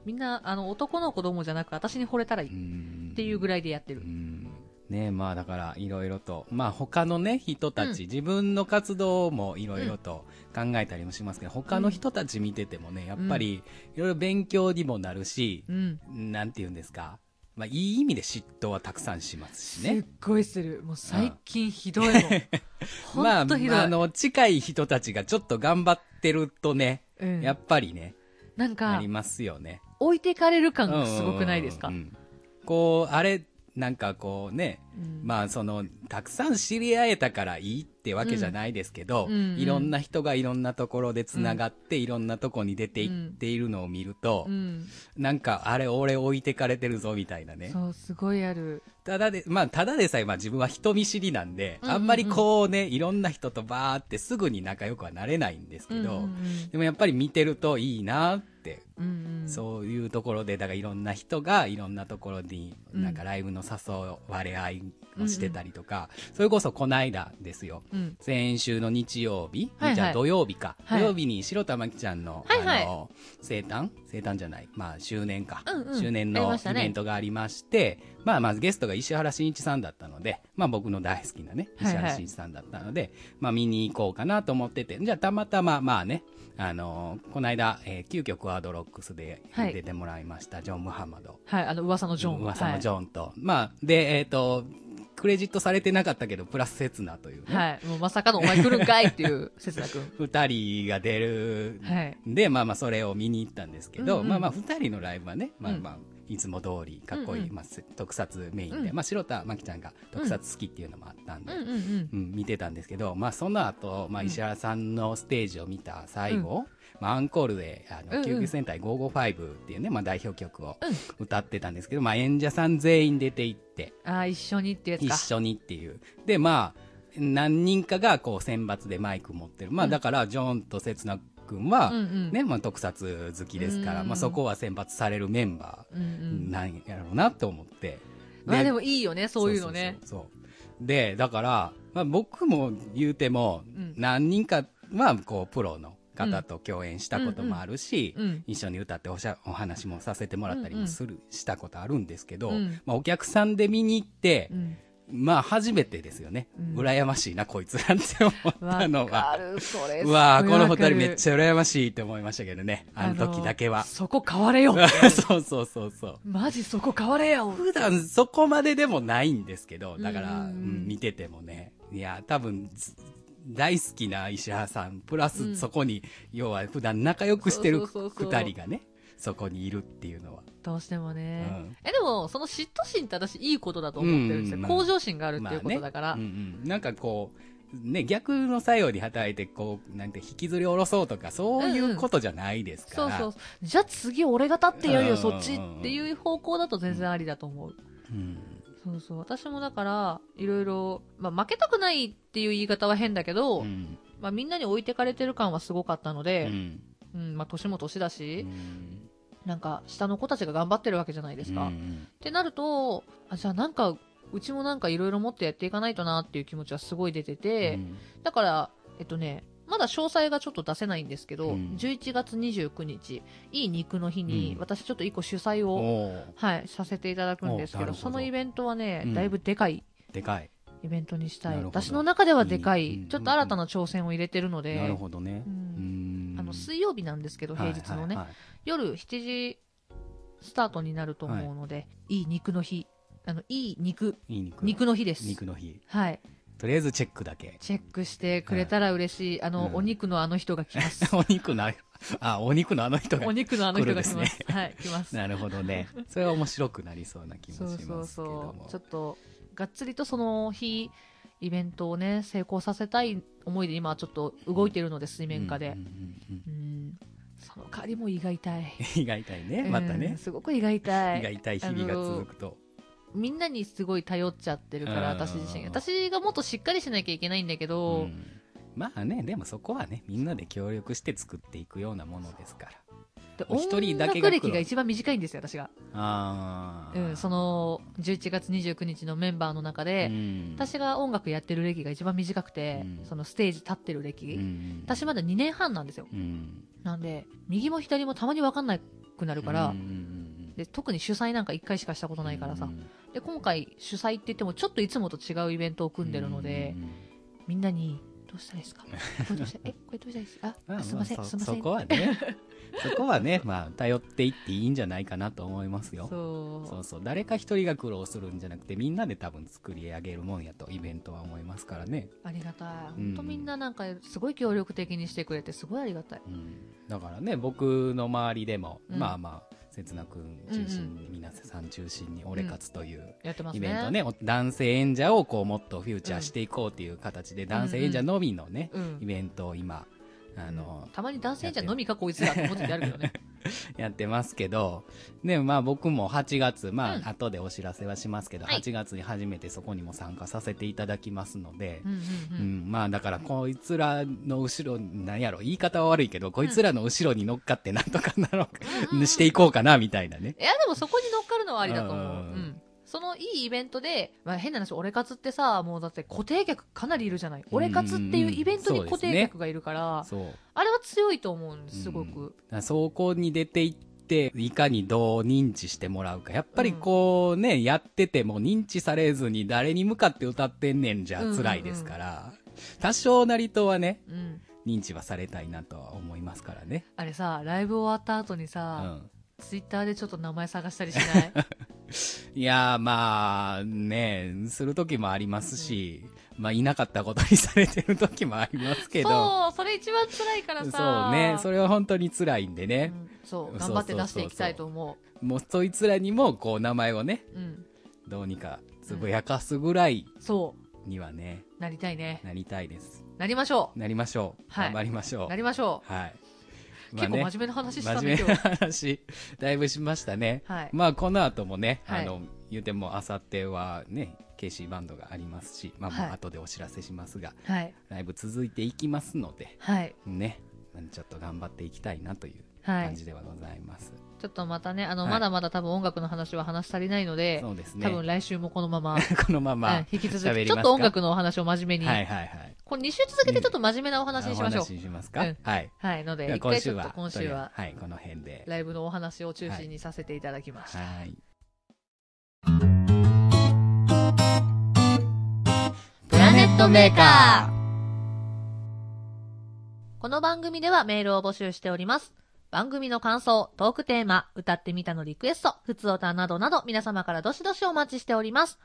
Speaker 1: みんな、あの、男の子供じゃなく私に惚れたらいい。っていうぐ
Speaker 2: ら
Speaker 1: ら
Speaker 2: い。
Speaker 1: いでやってる
Speaker 2: う。んねまあだからいろいろと、まあ他のね、人たち、
Speaker 1: う
Speaker 2: 自分の活動もいろいろと考えたりもしますけど、他の人たち見ててもね、やっぱりいろいろ勉強にもなるし
Speaker 1: う、ん。
Speaker 2: なんて言うんですか、まあいい意味で嫉妬はたくさんしますし
Speaker 1: す
Speaker 2: ね
Speaker 1: っ。ごいする。もう最近ひどいもん。
Speaker 2: ま
Speaker 1: ほ
Speaker 2: あ、
Speaker 1: んとひど
Speaker 2: ま
Speaker 1: い。
Speaker 2: あ、あの、近い人たちがちょっと頑張ってるとね、
Speaker 1: うん
Speaker 2: やっぱりね、
Speaker 1: なん
Speaker 2: あ
Speaker 1: か
Speaker 2: り、ますよね。
Speaker 1: 置いてかれる感がすごくないですか
Speaker 2: うんうんうんこう、あれ、なんかこうね、
Speaker 1: うん
Speaker 2: まあその、たくさん知り合えたからいいってわけじゃないですけど、
Speaker 1: うんうんうん
Speaker 2: いろんな人がいろんなところでつながって、いろんなとこに出ていっているのを見ると、
Speaker 1: うん。
Speaker 2: なんか、あれ、俺置いてかれてるぞ、みたいなね。
Speaker 1: そう、すごいある。
Speaker 2: ただで、まあ、ただでさえ、まあ自分は人見知りなんで、
Speaker 1: うんうんうん
Speaker 2: あんまりこうね、いろんな人とバーってすぐに仲良くはなれないんですけ
Speaker 1: うんう
Speaker 2: ど、
Speaker 1: ん
Speaker 2: でもやっぱり見てるといいなって
Speaker 1: うん。うんうん
Speaker 2: そういうところで、だからいろんな人がいろんなところに、
Speaker 1: うん
Speaker 2: なんかライブの誘われ合いをしてたりとか、それこそこの間ですよ。
Speaker 1: うん。
Speaker 2: 先週の日曜日、
Speaker 1: はいはい
Speaker 2: じゃあ土曜日か、
Speaker 1: はい
Speaker 2: 土曜日に白玉きちゃんの、
Speaker 1: はいはい
Speaker 2: あの、生誕生誕じゃない。まあ、周年か。
Speaker 1: うんうん
Speaker 2: 周年
Speaker 1: あり
Speaker 2: の
Speaker 1: ました
Speaker 2: イ
Speaker 1: ね
Speaker 2: ベントがありまして、まあ、まずゲストが石原慎一さんだったので、まあ僕の大好きなね、
Speaker 1: はいはい
Speaker 2: 石原慎一さんだったので、まあ見に行こうかなと思ってて、じゃあたまたま、まあね、あのこの間、えー、急遽クワードロックスで
Speaker 1: はい
Speaker 2: 出てもらいました、ジョン・ムハンマド。
Speaker 1: はい、あの、噂のジョン。
Speaker 2: 噂のジョンと。まあ、で、えっ、と、クレジットされてなかったけど、プラスセツナというね、
Speaker 1: はい。はい。もうまさかのお前来るんかいって いう、せつな君。
Speaker 2: 二人が出る、
Speaker 1: はい。
Speaker 2: で、まあまあ、それを見に行ったんですけど、
Speaker 1: うんうん
Speaker 2: まあまあ、二人のライブはね、まあ
Speaker 1: うん
Speaker 2: まあ、いつも通り、かっこいい、
Speaker 1: うんうん
Speaker 2: まあ、特撮メインで、
Speaker 1: うん
Speaker 2: まあ、白田真希ちゃんが特撮好きっていうのもあったん
Speaker 1: う
Speaker 2: で、
Speaker 1: んうんうん。
Speaker 2: うん、見てたんですけど、まあ、その後、まあ、
Speaker 1: うん
Speaker 2: 石原さんのステージを見た最後、まあ、アンコールで、あ
Speaker 1: うんう
Speaker 2: の、
Speaker 1: ん
Speaker 2: 救急戦隊555っていうね、まあ、代表曲を
Speaker 1: うん
Speaker 2: 歌ってたんですけど、まあ、演者さん全員出て行って、
Speaker 1: ああ、一緒にってやつ
Speaker 2: 一
Speaker 1: か。
Speaker 2: 緒にっていう。で、まあ、何人かが、こう、選抜でマイク持ってる。まあ、
Speaker 1: うん
Speaker 2: だから、ジョンとせつな君は
Speaker 1: うん、うん。
Speaker 2: ね、まあ、特撮好きですから、
Speaker 1: うん
Speaker 2: まあ、そこは選抜されるメンバ
Speaker 1: うんう
Speaker 2: ー
Speaker 1: ん。
Speaker 2: なんやろうなと思って。
Speaker 1: まあでもいいよね、そういうのね。
Speaker 2: そうそうそうで、だから、まあ、僕も言うても、
Speaker 1: ん
Speaker 2: 何人かは、こう、プロの方と共演したこともあるし、
Speaker 1: うん。
Speaker 2: 一緒に歌っておしゃお話もさせてもらったりもする、したことあるんですけど、
Speaker 1: うん
Speaker 2: まあ、お客さんで見に行って、
Speaker 1: うん。
Speaker 2: まあ、初めてですよね。
Speaker 1: うん
Speaker 2: 羨ましいな、こいつらって思っ
Speaker 1: わ
Speaker 2: たの
Speaker 1: か
Speaker 2: は。
Speaker 1: る、それ。
Speaker 2: うわ
Speaker 1: す
Speaker 2: ー
Speaker 1: ごい
Speaker 2: この
Speaker 1: わ
Speaker 2: 二
Speaker 1: か
Speaker 2: 人
Speaker 1: る
Speaker 2: めっちゃ羨ましいって思いましたけどね。あの時だけは。
Speaker 1: そこ変われよ。
Speaker 2: そうそうそうそう。
Speaker 1: マジそこ変われよ。
Speaker 2: 普段そこまででもないんですけど、だから、
Speaker 1: うんうんうん
Speaker 2: うん見ててもね、いや、多分、ず大好きな石原さん、プラ
Speaker 1: う
Speaker 2: ス
Speaker 1: ん
Speaker 2: そこに、要は普段仲良くしてる
Speaker 1: そうそうそうそう
Speaker 2: 二人がね、そこにいるっていうのは。
Speaker 1: どうしても
Speaker 2: う
Speaker 1: ね。
Speaker 2: ん
Speaker 1: え、でも、その嫉妬心って私いいことだと思ってるんですよ。
Speaker 2: うんまあ
Speaker 1: 向上心があるって
Speaker 2: まあ
Speaker 1: いう
Speaker 2: ね
Speaker 1: ことだから。
Speaker 2: うんうんなんかこう、ね、逆の作用に働いて、こう、なんて、引きずり下ろそうとか、そういうことじゃないですか
Speaker 1: そう
Speaker 2: ら。
Speaker 1: そう。じゃあ次俺が立ってやるよ、
Speaker 2: うんうんう
Speaker 1: そ
Speaker 2: ん
Speaker 1: っちっていう方向だと全然ありだと思う。
Speaker 2: うん
Speaker 1: そうそう。私もだから、いろいろ、まあ負けたくないっていう言い方は変だけど、
Speaker 2: うん
Speaker 1: まあみんなに置いてかれてる感はすごかったの
Speaker 2: う
Speaker 1: で、
Speaker 2: ん
Speaker 1: うん、まあ年も年だ
Speaker 2: う
Speaker 1: し、
Speaker 2: ん
Speaker 1: なんか下の子たちが頑張ってるわけじゃないですか。
Speaker 2: う
Speaker 1: っ
Speaker 2: ん
Speaker 1: てなると、あ、じゃあなんか、うちもなんかいろいろもっとやっていかないとなっていう気持ちはすごい出てて、だから、えっとね、まだ詳細がちょっと出せないんですけど、
Speaker 2: うん
Speaker 1: 11月29日、いい肉の日に、
Speaker 2: うん
Speaker 1: 私ちょっと一個主催
Speaker 2: うん
Speaker 1: を、
Speaker 2: おー
Speaker 1: はい、させていただくんですけ
Speaker 2: おな
Speaker 1: ど、
Speaker 2: るほど
Speaker 1: そのイベントはね
Speaker 2: う、ん
Speaker 1: だいぶでかい
Speaker 2: でかい。
Speaker 1: イベントにしたい。
Speaker 2: なるほど
Speaker 1: 私の中ではでかい、
Speaker 2: うん
Speaker 1: ちょっと新たな挑戦を入れてるので、
Speaker 2: なるほどね。
Speaker 1: う
Speaker 2: うんん
Speaker 1: あの、水曜日なんですけど、平日のね、
Speaker 2: はいはいはい
Speaker 1: 夜7時スタートになると思うので、い、い肉の日、あの、いい肉、
Speaker 2: いい肉。
Speaker 1: 肉の日です。
Speaker 2: 肉の日。
Speaker 1: はい。
Speaker 2: とりあえずチェックだけ。
Speaker 1: チェックしてくれたら嬉しい。あの、
Speaker 2: うん
Speaker 1: お肉のあの人が来ます。
Speaker 2: お肉の、あ、お肉のあの人
Speaker 1: お
Speaker 2: が。
Speaker 1: 肉のあの人が来
Speaker 2: 来る
Speaker 1: ま。
Speaker 2: です
Speaker 1: はい、来ます。
Speaker 2: なるほどね。それは面白くなりそうな気もし
Speaker 1: そうそ
Speaker 2: ま
Speaker 1: う
Speaker 2: すけ
Speaker 1: そ
Speaker 2: ども
Speaker 1: う。ちょ。っと、がっつりとその日、イベントをね、成功させたい思いで今ちょっと動いてるので、水面下で
Speaker 2: うん。うんうん
Speaker 1: うんその代わりもう胃が痛い。
Speaker 2: うん胃が痛いねまた
Speaker 1: うん
Speaker 2: ね
Speaker 1: すごく胃が痛
Speaker 2: 胃が
Speaker 1: い。
Speaker 2: 痛い日々が続くと
Speaker 1: みんなにすごい頼っちゃってるから、
Speaker 2: うん
Speaker 1: 私自身。私がもっとしっかりしなきゃいけないんだけど、
Speaker 2: うんまあねでもそこはねみんなで協力して作っていくようなものですから
Speaker 1: で
Speaker 2: お一人だけ
Speaker 1: 音
Speaker 2: が
Speaker 1: 楽
Speaker 2: 来
Speaker 1: 歴
Speaker 2: る
Speaker 1: が一番短いんですよ、私が。
Speaker 2: ああ
Speaker 1: うん、その、11月29日のメンバーの中で、私が音楽やってる歴が一番短くて、
Speaker 2: うん
Speaker 1: そのステージ立ってる歴、私まだ2年半なんですよなんで右も左もたまに分かんなくなるから、で特に主催なんか1回しかしたことないからさ、で今回主催って言ってもちょっといつもと違うイベントを組んでるので、みんなにどうしたらいいです かこれどうしたらえこれどうしたらいいですかああすいません、すいません
Speaker 2: そこはねそこはねまあ頼っていっていいんじゃないかなと思いますよ
Speaker 1: そう
Speaker 2: そうそう誰か一人が苦労するんじゃなくてみんなで多分作り上げるもんやとイベントは思いますからね、
Speaker 1: ありがたい
Speaker 2: うん
Speaker 1: 本当みんななんかすごい協力的にしてくれてすごいありがたい
Speaker 2: うん、だからね僕の周りでも、
Speaker 1: うん
Speaker 2: まあまあ刹那君中心に水瀬さん中心に「俺勝つ」という
Speaker 1: やってます
Speaker 2: イ
Speaker 1: ね
Speaker 2: ベントね、お男性演者をこうもっとフューチャーしていこうという形で、男性演者のみのね、
Speaker 1: うん
Speaker 2: イベントを今、あの、
Speaker 1: たまに男性じゃのみかこいつらって思ってやるけどね
Speaker 2: やってますけど、ね、まあ僕も8月、まあ
Speaker 1: うん
Speaker 2: 後でお知らせはしますけど、
Speaker 1: はい
Speaker 2: 8月に初めてそこにも参加させていただきますので
Speaker 1: う、んうん
Speaker 2: うん、
Speaker 1: うん
Speaker 2: まあだからこいつらの後ろ、なんやろ、言い方は悪いけど、こいつらの後ろに乗っかってなんとかなろ
Speaker 1: うんう
Speaker 2: う、
Speaker 1: ん
Speaker 2: していこうかな、みたいなね。
Speaker 1: いや、でもそこに乗っかるのはありだと思う。う
Speaker 2: うん
Speaker 1: ん。そのいいイベントで、まあ変な話、俺活ってさ、もうだって固定客かなりいるじゃない。俺活っていうイベントに固定客がいるから、
Speaker 2: そう。
Speaker 1: あれは強いと思うんです、すご
Speaker 2: うん
Speaker 1: く。
Speaker 2: だからそこに出ていって、いかにどう認知してもらうか。やっぱりこうね、やってても認知されずに誰に向かって歌ってんねんじゃ
Speaker 1: うんうんうん
Speaker 2: 辛いですから、多少なりとはね、
Speaker 1: うん。
Speaker 2: 認知はされたいなとは思いますからね。
Speaker 1: あれさ、ライブ終わった後に
Speaker 2: う
Speaker 1: さ、
Speaker 2: ん。
Speaker 1: ツイッターでちょっと名前探したりしない
Speaker 2: いやー、まあ、ね、する時もありますし、まあ、いなかったことにされてる時もあります けど、
Speaker 1: そう、それ一番辛いからさ。
Speaker 2: そうね、そ
Speaker 1: れ、
Speaker 2: れは本当に辛いんでね、
Speaker 1: そう、
Speaker 2: そ
Speaker 1: 頑
Speaker 2: う
Speaker 1: 張って出していきたいと思
Speaker 2: もうそいつらにもこう名前をね、
Speaker 1: う。うん。
Speaker 2: どうにかつぶやかすぐらい
Speaker 1: そ
Speaker 2: にはね、
Speaker 1: う、なりたいね。
Speaker 2: なりたいです。
Speaker 1: なりましょ
Speaker 2: なりましょう。
Speaker 1: はい
Speaker 2: 頑張りましょ
Speaker 1: う。
Speaker 2: う。
Speaker 1: なりましょ
Speaker 2: はい。
Speaker 1: う。結構真面
Speaker 2: 目
Speaker 1: 目な話した
Speaker 2: 真面
Speaker 1: ね、
Speaker 2: 目
Speaker 1: 今
Speaker 2: な
Speaker 1: 日。
Speaker 2: 話、だいぶしましたね。
Speaker 1: はい。
Speaker 2: まあ、この後もね、
Speaker 1: はい
Speaker 2: あの、言うても、あさってはね、ケーシーバンドがありますし、まあ、
Speaker 1: はい
Speaker 2: もう後でお知らせしますが、
Speaker 1: はい。
Speaker 2: ライブ続いていきますので、
Speaker 1: はい。
Speaker 2: ね、ちょっと頑張っていきたいなという
Speaker 1: は
Speaker 2: 感
Speaker 1: い。
Speaker 2: じではございます。
Speaker 1: ちょっとまたね、あの、
Speaker 2: はい
Speaker 1: まだまだ多分音楽の話は話し足りないので、
Speaker 2: そうですね。
Speaker 1: 多分来週もこのまま、
Speaker 2: このま
Speaker 1: う
Speaker 2: ま
Speaker 1: ん、引き続
Speaker 2: 喋
Speaker 1: き、
Speaker 2: り
Speaker 1: ちょっ
Speaker 2: ますか
Speaker 1: と音楽のお話を真面目に、
Speaker 2: はいはいはい。
Speaker 1: この2週続けてちょっと真面目なお話にしましょう。
Speaker 2: お話にしますか、
Speaker 1: うん
Speaker 2: はい。
Speaker 1: はい、の
Speaker 2: で
Speaker 1: で、
Speaker 2: は
Speaker 1: 一回ちょっと今
Speaker 2: と
Speaker 1: 週
Speaker 2: りあえず
Speaker 1: は、
Speaker 2: はい、この辺で。
Speaker 1: ライブのお話を中心にさせていただきました。
Speaker 2: はい。
Speaker 1: プラネットメーカこの番組ではメールを募集しております。番組の感想、トークテーマ、歌ってみたのリクエスト、ふつおたなどなど皆様からどしどしお待ちしております。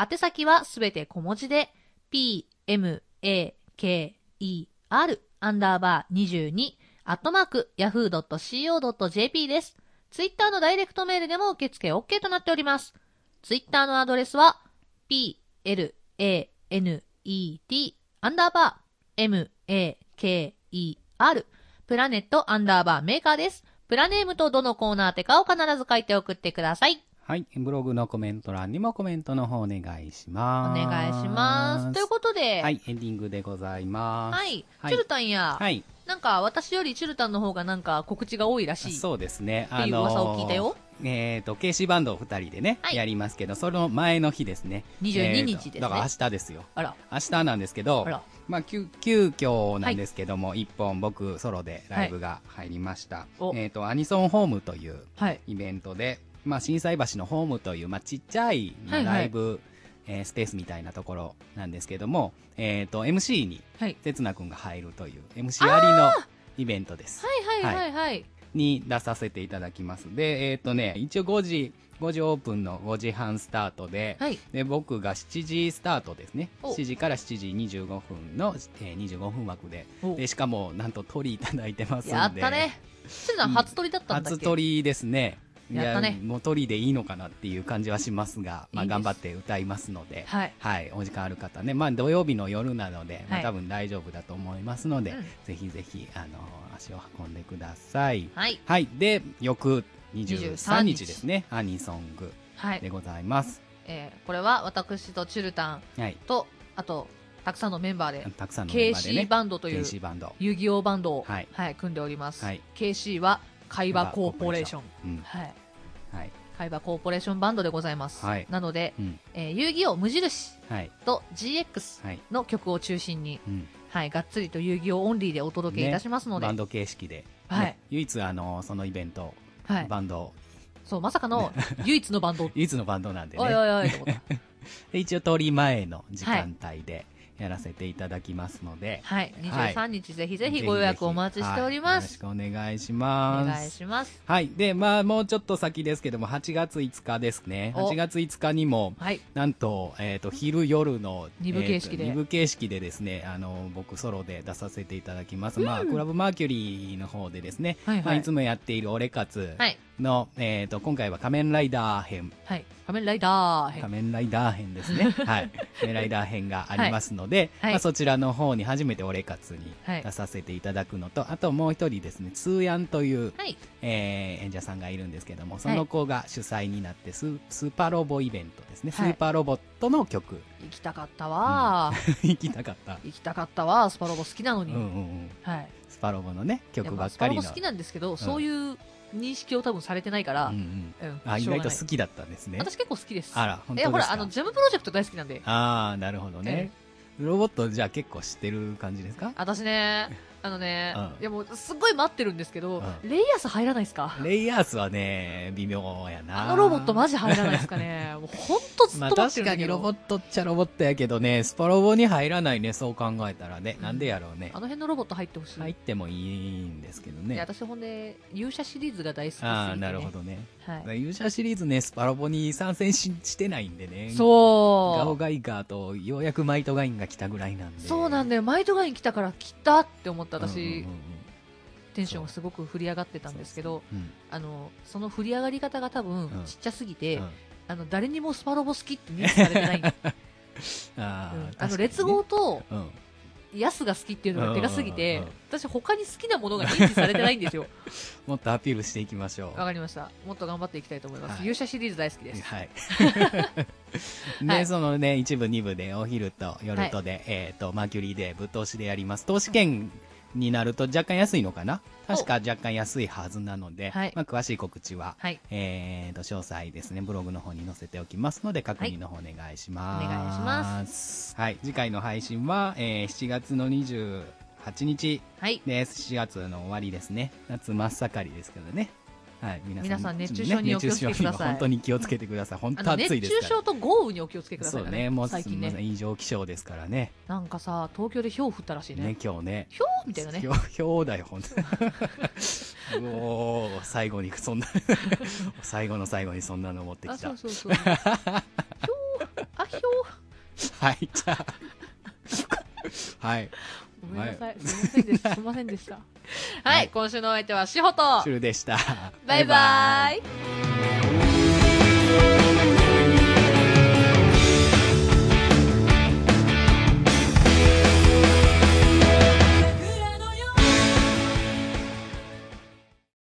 Speaker 1: 宛先はすべて小文字で、p, m, a, k, e, r, アンダーバー22、アットマーク、yahoo.co.jp です。ツイッターのダイレクトメールでも受付 OK となっております。ツイッターのアドレスは、p, l, a, n, e, t, アンダーバー、m-a-k-e-r、プラネットアンダーバーメーカーです。プラネームとどのコーナーてかを必ず書いて送ってください。
Speaker 2: はい。ブログのコメント欄にもコメントの方お願いし
Speaker 1: お
Speaker 2: ます。
Speaker 1: 願いします。ということで、
Speaker 2: はい。エンディングでございます。。
Speaker 1: はいい。
Speaker 2: はい
Speaker 1: チュルタンや、
Speaker 2: はい。
Speaker 1: なんか私よりチュルタンの方がなんか告知が多いらしいって
Speaker 2: そうですね。
Speaker 1: いう噂を聞いたよ。
Speaker 2: えっ、と、ケーシーバンドを2人でね、
Speaker 1: はい
Speaker 2: やりますけど、その前の日ですね。
Speaker 1: 22日ですね
Speaker 2: えーとだから明日ですよ。
Speaker 1: あら、
Speaker 2: 明日なんですけど
Speaker 1: あ、ら。
Speaker 2: まあ、急急遽なんですけども、一本僕ソロでライブが入りました。
Speaker 1: お
Speaker 2: えっ、と、アニソンホームという
Speaker 1: はい。
Speaker 2: イベントで、まあ、震災橋のホームという、まあ、ちっちゃい、まあ
Speaker 1: はいはい
Speaker 2: ライブ、えースペースみたいなところなんですけども、えー、と MC に
Speaker 1: はい。
Speaker 2: 刹那君が入るという MC ありのイベントです
Speaker 1: はいはいはいはい。
Speaker 2: に出させていただきますでえっ、とね一応5時5時オープンの5時半スタートで、
Speaker 1: はい。
Speaker 2: で僕が7時スタートですね
Speaker 1: お
Speaker 2: 7時から7時25分の、えー25分枠で
Speaker 1: お
Speaker 2: でしかもなんと取りいただいてますんで
Speaker 1: やったね。チュルタン初撮りだったんだっけ
Speaker 2: 初取りですねい
Speaker 1: やったね
Speaker 2: もう取りでいいのかなっていう感じはしますが、まあ、
Speaker 1: いいです
Speaker 2: 頑張って歌いますので、
Speaker 1: はい
Speaker 2: お時間ある方ね、まあ、土曜日の夜なので、ま
Speaker 1: はい
Speaker 2: あ、多分大丈夫だと思いますので、
Speaker 1: うん
Speaker 2: ぜひぜひ、あの足を運んでください。
Speaker 1: はい
Speaker 2: はい、で、翌23
Speaker 1: 23
Speaker 2: 日
Speaker 1: 日
Speaker 2: ですね、アニソング
Speaker 1: はい
Speaker 2: でございます。
Speaker 1: えーこれは私とチュルタン
Speaker 2: はい、
Speaker 1: とあとたくさんのメンバーで
Speaker 2: たくさんのメンバーで
Speaker 1: KC
Speaker 2: ね、
Speaker 1: バンドという
Speaker 2: KC バンド。
Speaker 1: 遊戯王バンドを、
Speaker 2: は
Speaker 1: はいい組んでおります、
Speaker 2: はい
Speaker 1: KC は会話コーポレーション
Speaker 2: うん、
Speaker 1: はい
Speaker 2: はい、
Speaker 1: 会話コーポレーションバンドでございます、
Speaker 2: はい
Speaker 1: なので、
Speaker 2: うん、
Speaker 1: えー遊戯王無印
Speaker 2: はい、
Speaker 1: と GX
Speaker 2: はい、
Speaker 1: の曲を中心に、
Speaker 2: うん。
Speaker 1: はい、がっつりと遊戯王オンリーでお届けいたしますので、
Speaker 2: バンド形式で、
Speaker 1: はい
Speaker 2: ね唯一あのそのイベント、
Speaker 1: はい、
Speaker 2: バンド
Speaker 1: そうまさかの唯一のバン ド、
Speaker 2: 唯一のバンドなんで
Speaker 1: おい
Speaker 2: ね
Speaker 1: おいおい ってこと
Speaker 2: で一応通り前の時間帯でやらせていただきますので、
Speaker 1: はい
Speaker 2: はい
Speaker 1: 23日ぜひぜひご予約お待ちしております、
Speaker 2: はいよろしくお願いし
Speaker 1: お
Speaker 2: ま
Speaker 1: 願い
Speaker 2: す
Speaker 1: します
Speaker 2: はいでまあもうちょっと先ですけども8月5日ですね
Speaker 1: お
Speaker 2: 8月5日にも
Speaker 1: はい
Speaker 2: なんと,、えー、と昼夜の
Speaker 1: 二部形式で
Speaker 2: えーと二部形式でですねあの僕ソロで出させていただきます、まあ、クラブマーキュリーの方でですね、
Speaker 1: はいはい
Speaker 2: まあ、いつもやっている「俺活
Speaker 1: はい
Speaker 2: の」えー、と今回は「仮面ライダー編」
Speaker 1: はい仮面ライダー編
Speaker 2: 仮面ライダー編です ね。はい。仮面ライダー編がありますので、
Speaker 1: はいはい
Speaker 2: まあ、そちらの方に初めて俺活に
Speaker 1: はい
Speaker 2: 出させていただくのと、あともう一人ですね、通やんという、
Speaker 1: はい
Speaker 2: えー演者さんがいるんですけども、その子が主催になってス、スーパーロボイベントですね。
Speaker 1: はい
Speaker 2: スーパーロボットの曲。
Speaker 1: 行きたかったわー、
Speaker 2: 行きたかった。
Speaker 1: 行きたかったわースパロボ好きなの
Speaker 2: うん
Speaker 1: に、
Speaker 2: うんうん。
Speaker 1: はい
Speaker 2: スパロボのね、
Speaker 1: い
Speaker 2: 曲
Speaker 1: やま
Speaker 2: ば
Speaker 1: あ
Speaker 2: っ
Speaker 1: スパ
Speaker 2: か
Speaker 1: ロ
Speaker 2: り
Speaker 1: ボ
Speaker 2: の。
Speaker 1: 好きなんですけど、そういう認識を多分されてないから、う
Speaker 2: う
Speaker 1: ん
Speaker 2: うん
Speaker 1: しょ
Speaker 2: ん。
Speaker 1: うがな
Speaker 2: あ、
Speaker 1: い
Speaker 2: 意外と好きだったんですね。
Speaker 1: 私結構好きです
Speaker 2: あら、本当で
Speaker 1: え
Speaker 2: すか。
Speaker 1: ほらあのジャムプロジェクト大好きなんで
Speaker 2: あーなるほどね。ロボットじゃあ結構知ってる感じですか
Speaker 1: 私ねあのね、
Speaker 2: うん
Speaker 1: いやもうすっごい待ってるんですけど、
Speaker 2: うん
Speaker 1: レイヤース入らないですか
Speaker 2: レイヤースはね、微妙やな。
Speaker 1: あのロボットマ
Speaker 2: ジ
Speaker 1: ジ入らないですか ねもうほんとずっ
Speaker 2: まあ
Speaker 1: と待って
Speaker 2: 確
Speaker 1: るんだけ
Speaker 2: か
Speaker 1: ど、
Speaker 2: にロボットっちゃロボットやけどね、スパロボに入らないね、そう考えたらね。
Speaker 1: うん
Speaker 2: なんでやろうね
Speaker 1: あ。の辺のロボット入ってほしい、
Speaker 2: 入ってもいいんですけど
Speaker 1: いや
Speaker 2: ね。
Speaker 1: 私ほんで勇者シリーズが大好きすぎて、ね、
Speaker 2: ああ、なるほどね。
Speaker 1: はい、
Speaker 2: 勇者シリーズね、スパロボに参戦ししてないんでね。う。ガオ
Speaker 1: そう
Speaker 2: ガイガーと、ようやくマイトガインが来たぐらいなんで。
Speaker 1: そうなん
Speaker 2: で、
Speaker 1: だよマイトガイン来たから来たって思って私、
Speaker 2: うんうん
Speaker 1: テンションがすごく振り上がってたんですけど
Speaker 2: うんうん
Speaker 1: あのその振り上がり方が多分
Speaker 2: うん
Speaker 1: ちっちゃすぎて、
Speaker 2: うん
Speaker 1: あの誰にもスパロボ好きって認知されてない、う
Speaker 2: あ
Speaker 1: ん
Speaker 2: ー
Speaker 1: あ
Speaker 2: 確かに
Speaker 1: の
Speaker 2: ね
Speaker 1: 列号と
Speaker 2: うん。
Speaker 1: ヤスが好きっていうのがでかすぎて、
Speaker 2: うんうんうん
Speaker 1: 私他に好きなものが認知されてないんです よ
Speaker 2: もっとアピールしていきましょう。
Speaker 1: わかりましたもっと頑張っていきたいと思います、
Speaker 2: はい
Speaker 1: 勇者シリーズ大好きです
Speaker 2: はい。で、
Speaker 1: はい
Speaker 2: そのね、一部、二部で、お昼と夜とで、えっ、と、マーキュリーでぶっ通しでやります。投資券になると若干安いのかな確か若干安いはずなので、
Speaker 1: はい
Speaker 2: まあ、詳しい告知は、
Speaker 1: はい
Speaker 2: えっ、と、詳細ですね、ブログの方に載せておきますので、確認の方お願いします。
Speaker 1: はいお願いし
Speaker 2: ます。はい。次回の配信は、えー7月の28日
Speaker 1: はい
Speaker 2: です。4月の終わりですね。夏真っ盛りですけどね。はい、皆さん
Speaker 1: 皆さん熱中症にお気をつけください
Speaker 2: 熱中症には本当に気をつけてください。本
Speaker 1: あ
Speaker 2: 当
Speaker 1: の
Speaker 2: 暑
Speaker 1: 熱
Speaker 2: いです
Speaker 1: 中
Speaker 2: から。
Speaker 1: 症と豪雨にお気をつけください
Speaker 2: そう
Speaker 1: だ
Speaker 2: ね、
Speaker 1: ね
Speaker 2: もう
Speaker 1: 最近
Speaker 2: すいませ
Speaker 1: ね
Speaker 2: ん異常気象ですからね。
Speaker 1: なんかさ東京でひょう降ったらしいね
Speaker 2: ね、今日ね。
Speaker 1: ひょうみたいなね
Speaker 2: ひょひょうだよ、本当に。 うおー最後にそんな、 最後の最後にそんなの持って
Speaker 1: あ
Speaker 2: き
Speaker 1: そ
Speaker 2: た
Speaker 1: う。そうそうひょうあひょう
Speaker 2: はい、じゃあ。はい、
Speaker 1: ごめんなさいすいませんでしたすいませんで したはい、今週のお相手はしほと
Speaker 2: シュルでした。
Speaker 1: バイバイ